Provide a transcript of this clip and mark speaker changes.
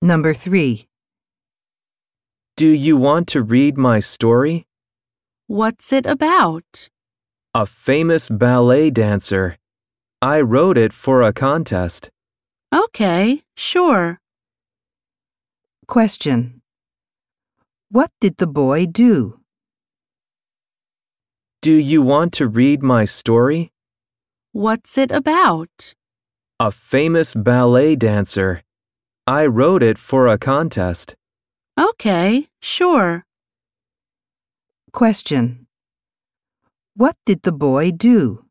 Speaker 1: Number 3.
Speaker 2: Do you want to read my story?
Speaker 3: What's it about?
Speaker 2: A famous ballet dancer. I wrote it for a contest.
Speaker 3: Okay, sure.
Speaker 1: Question. What did the boy do?
Speaker 2: Do you want to read my story?
Speaker 3: What's it about?
Speaker 2: A famous ballet dancer. I wrote it for a contest.
Speaker 3: Okay, sure.
Speaker 1: Question. What did the boy do?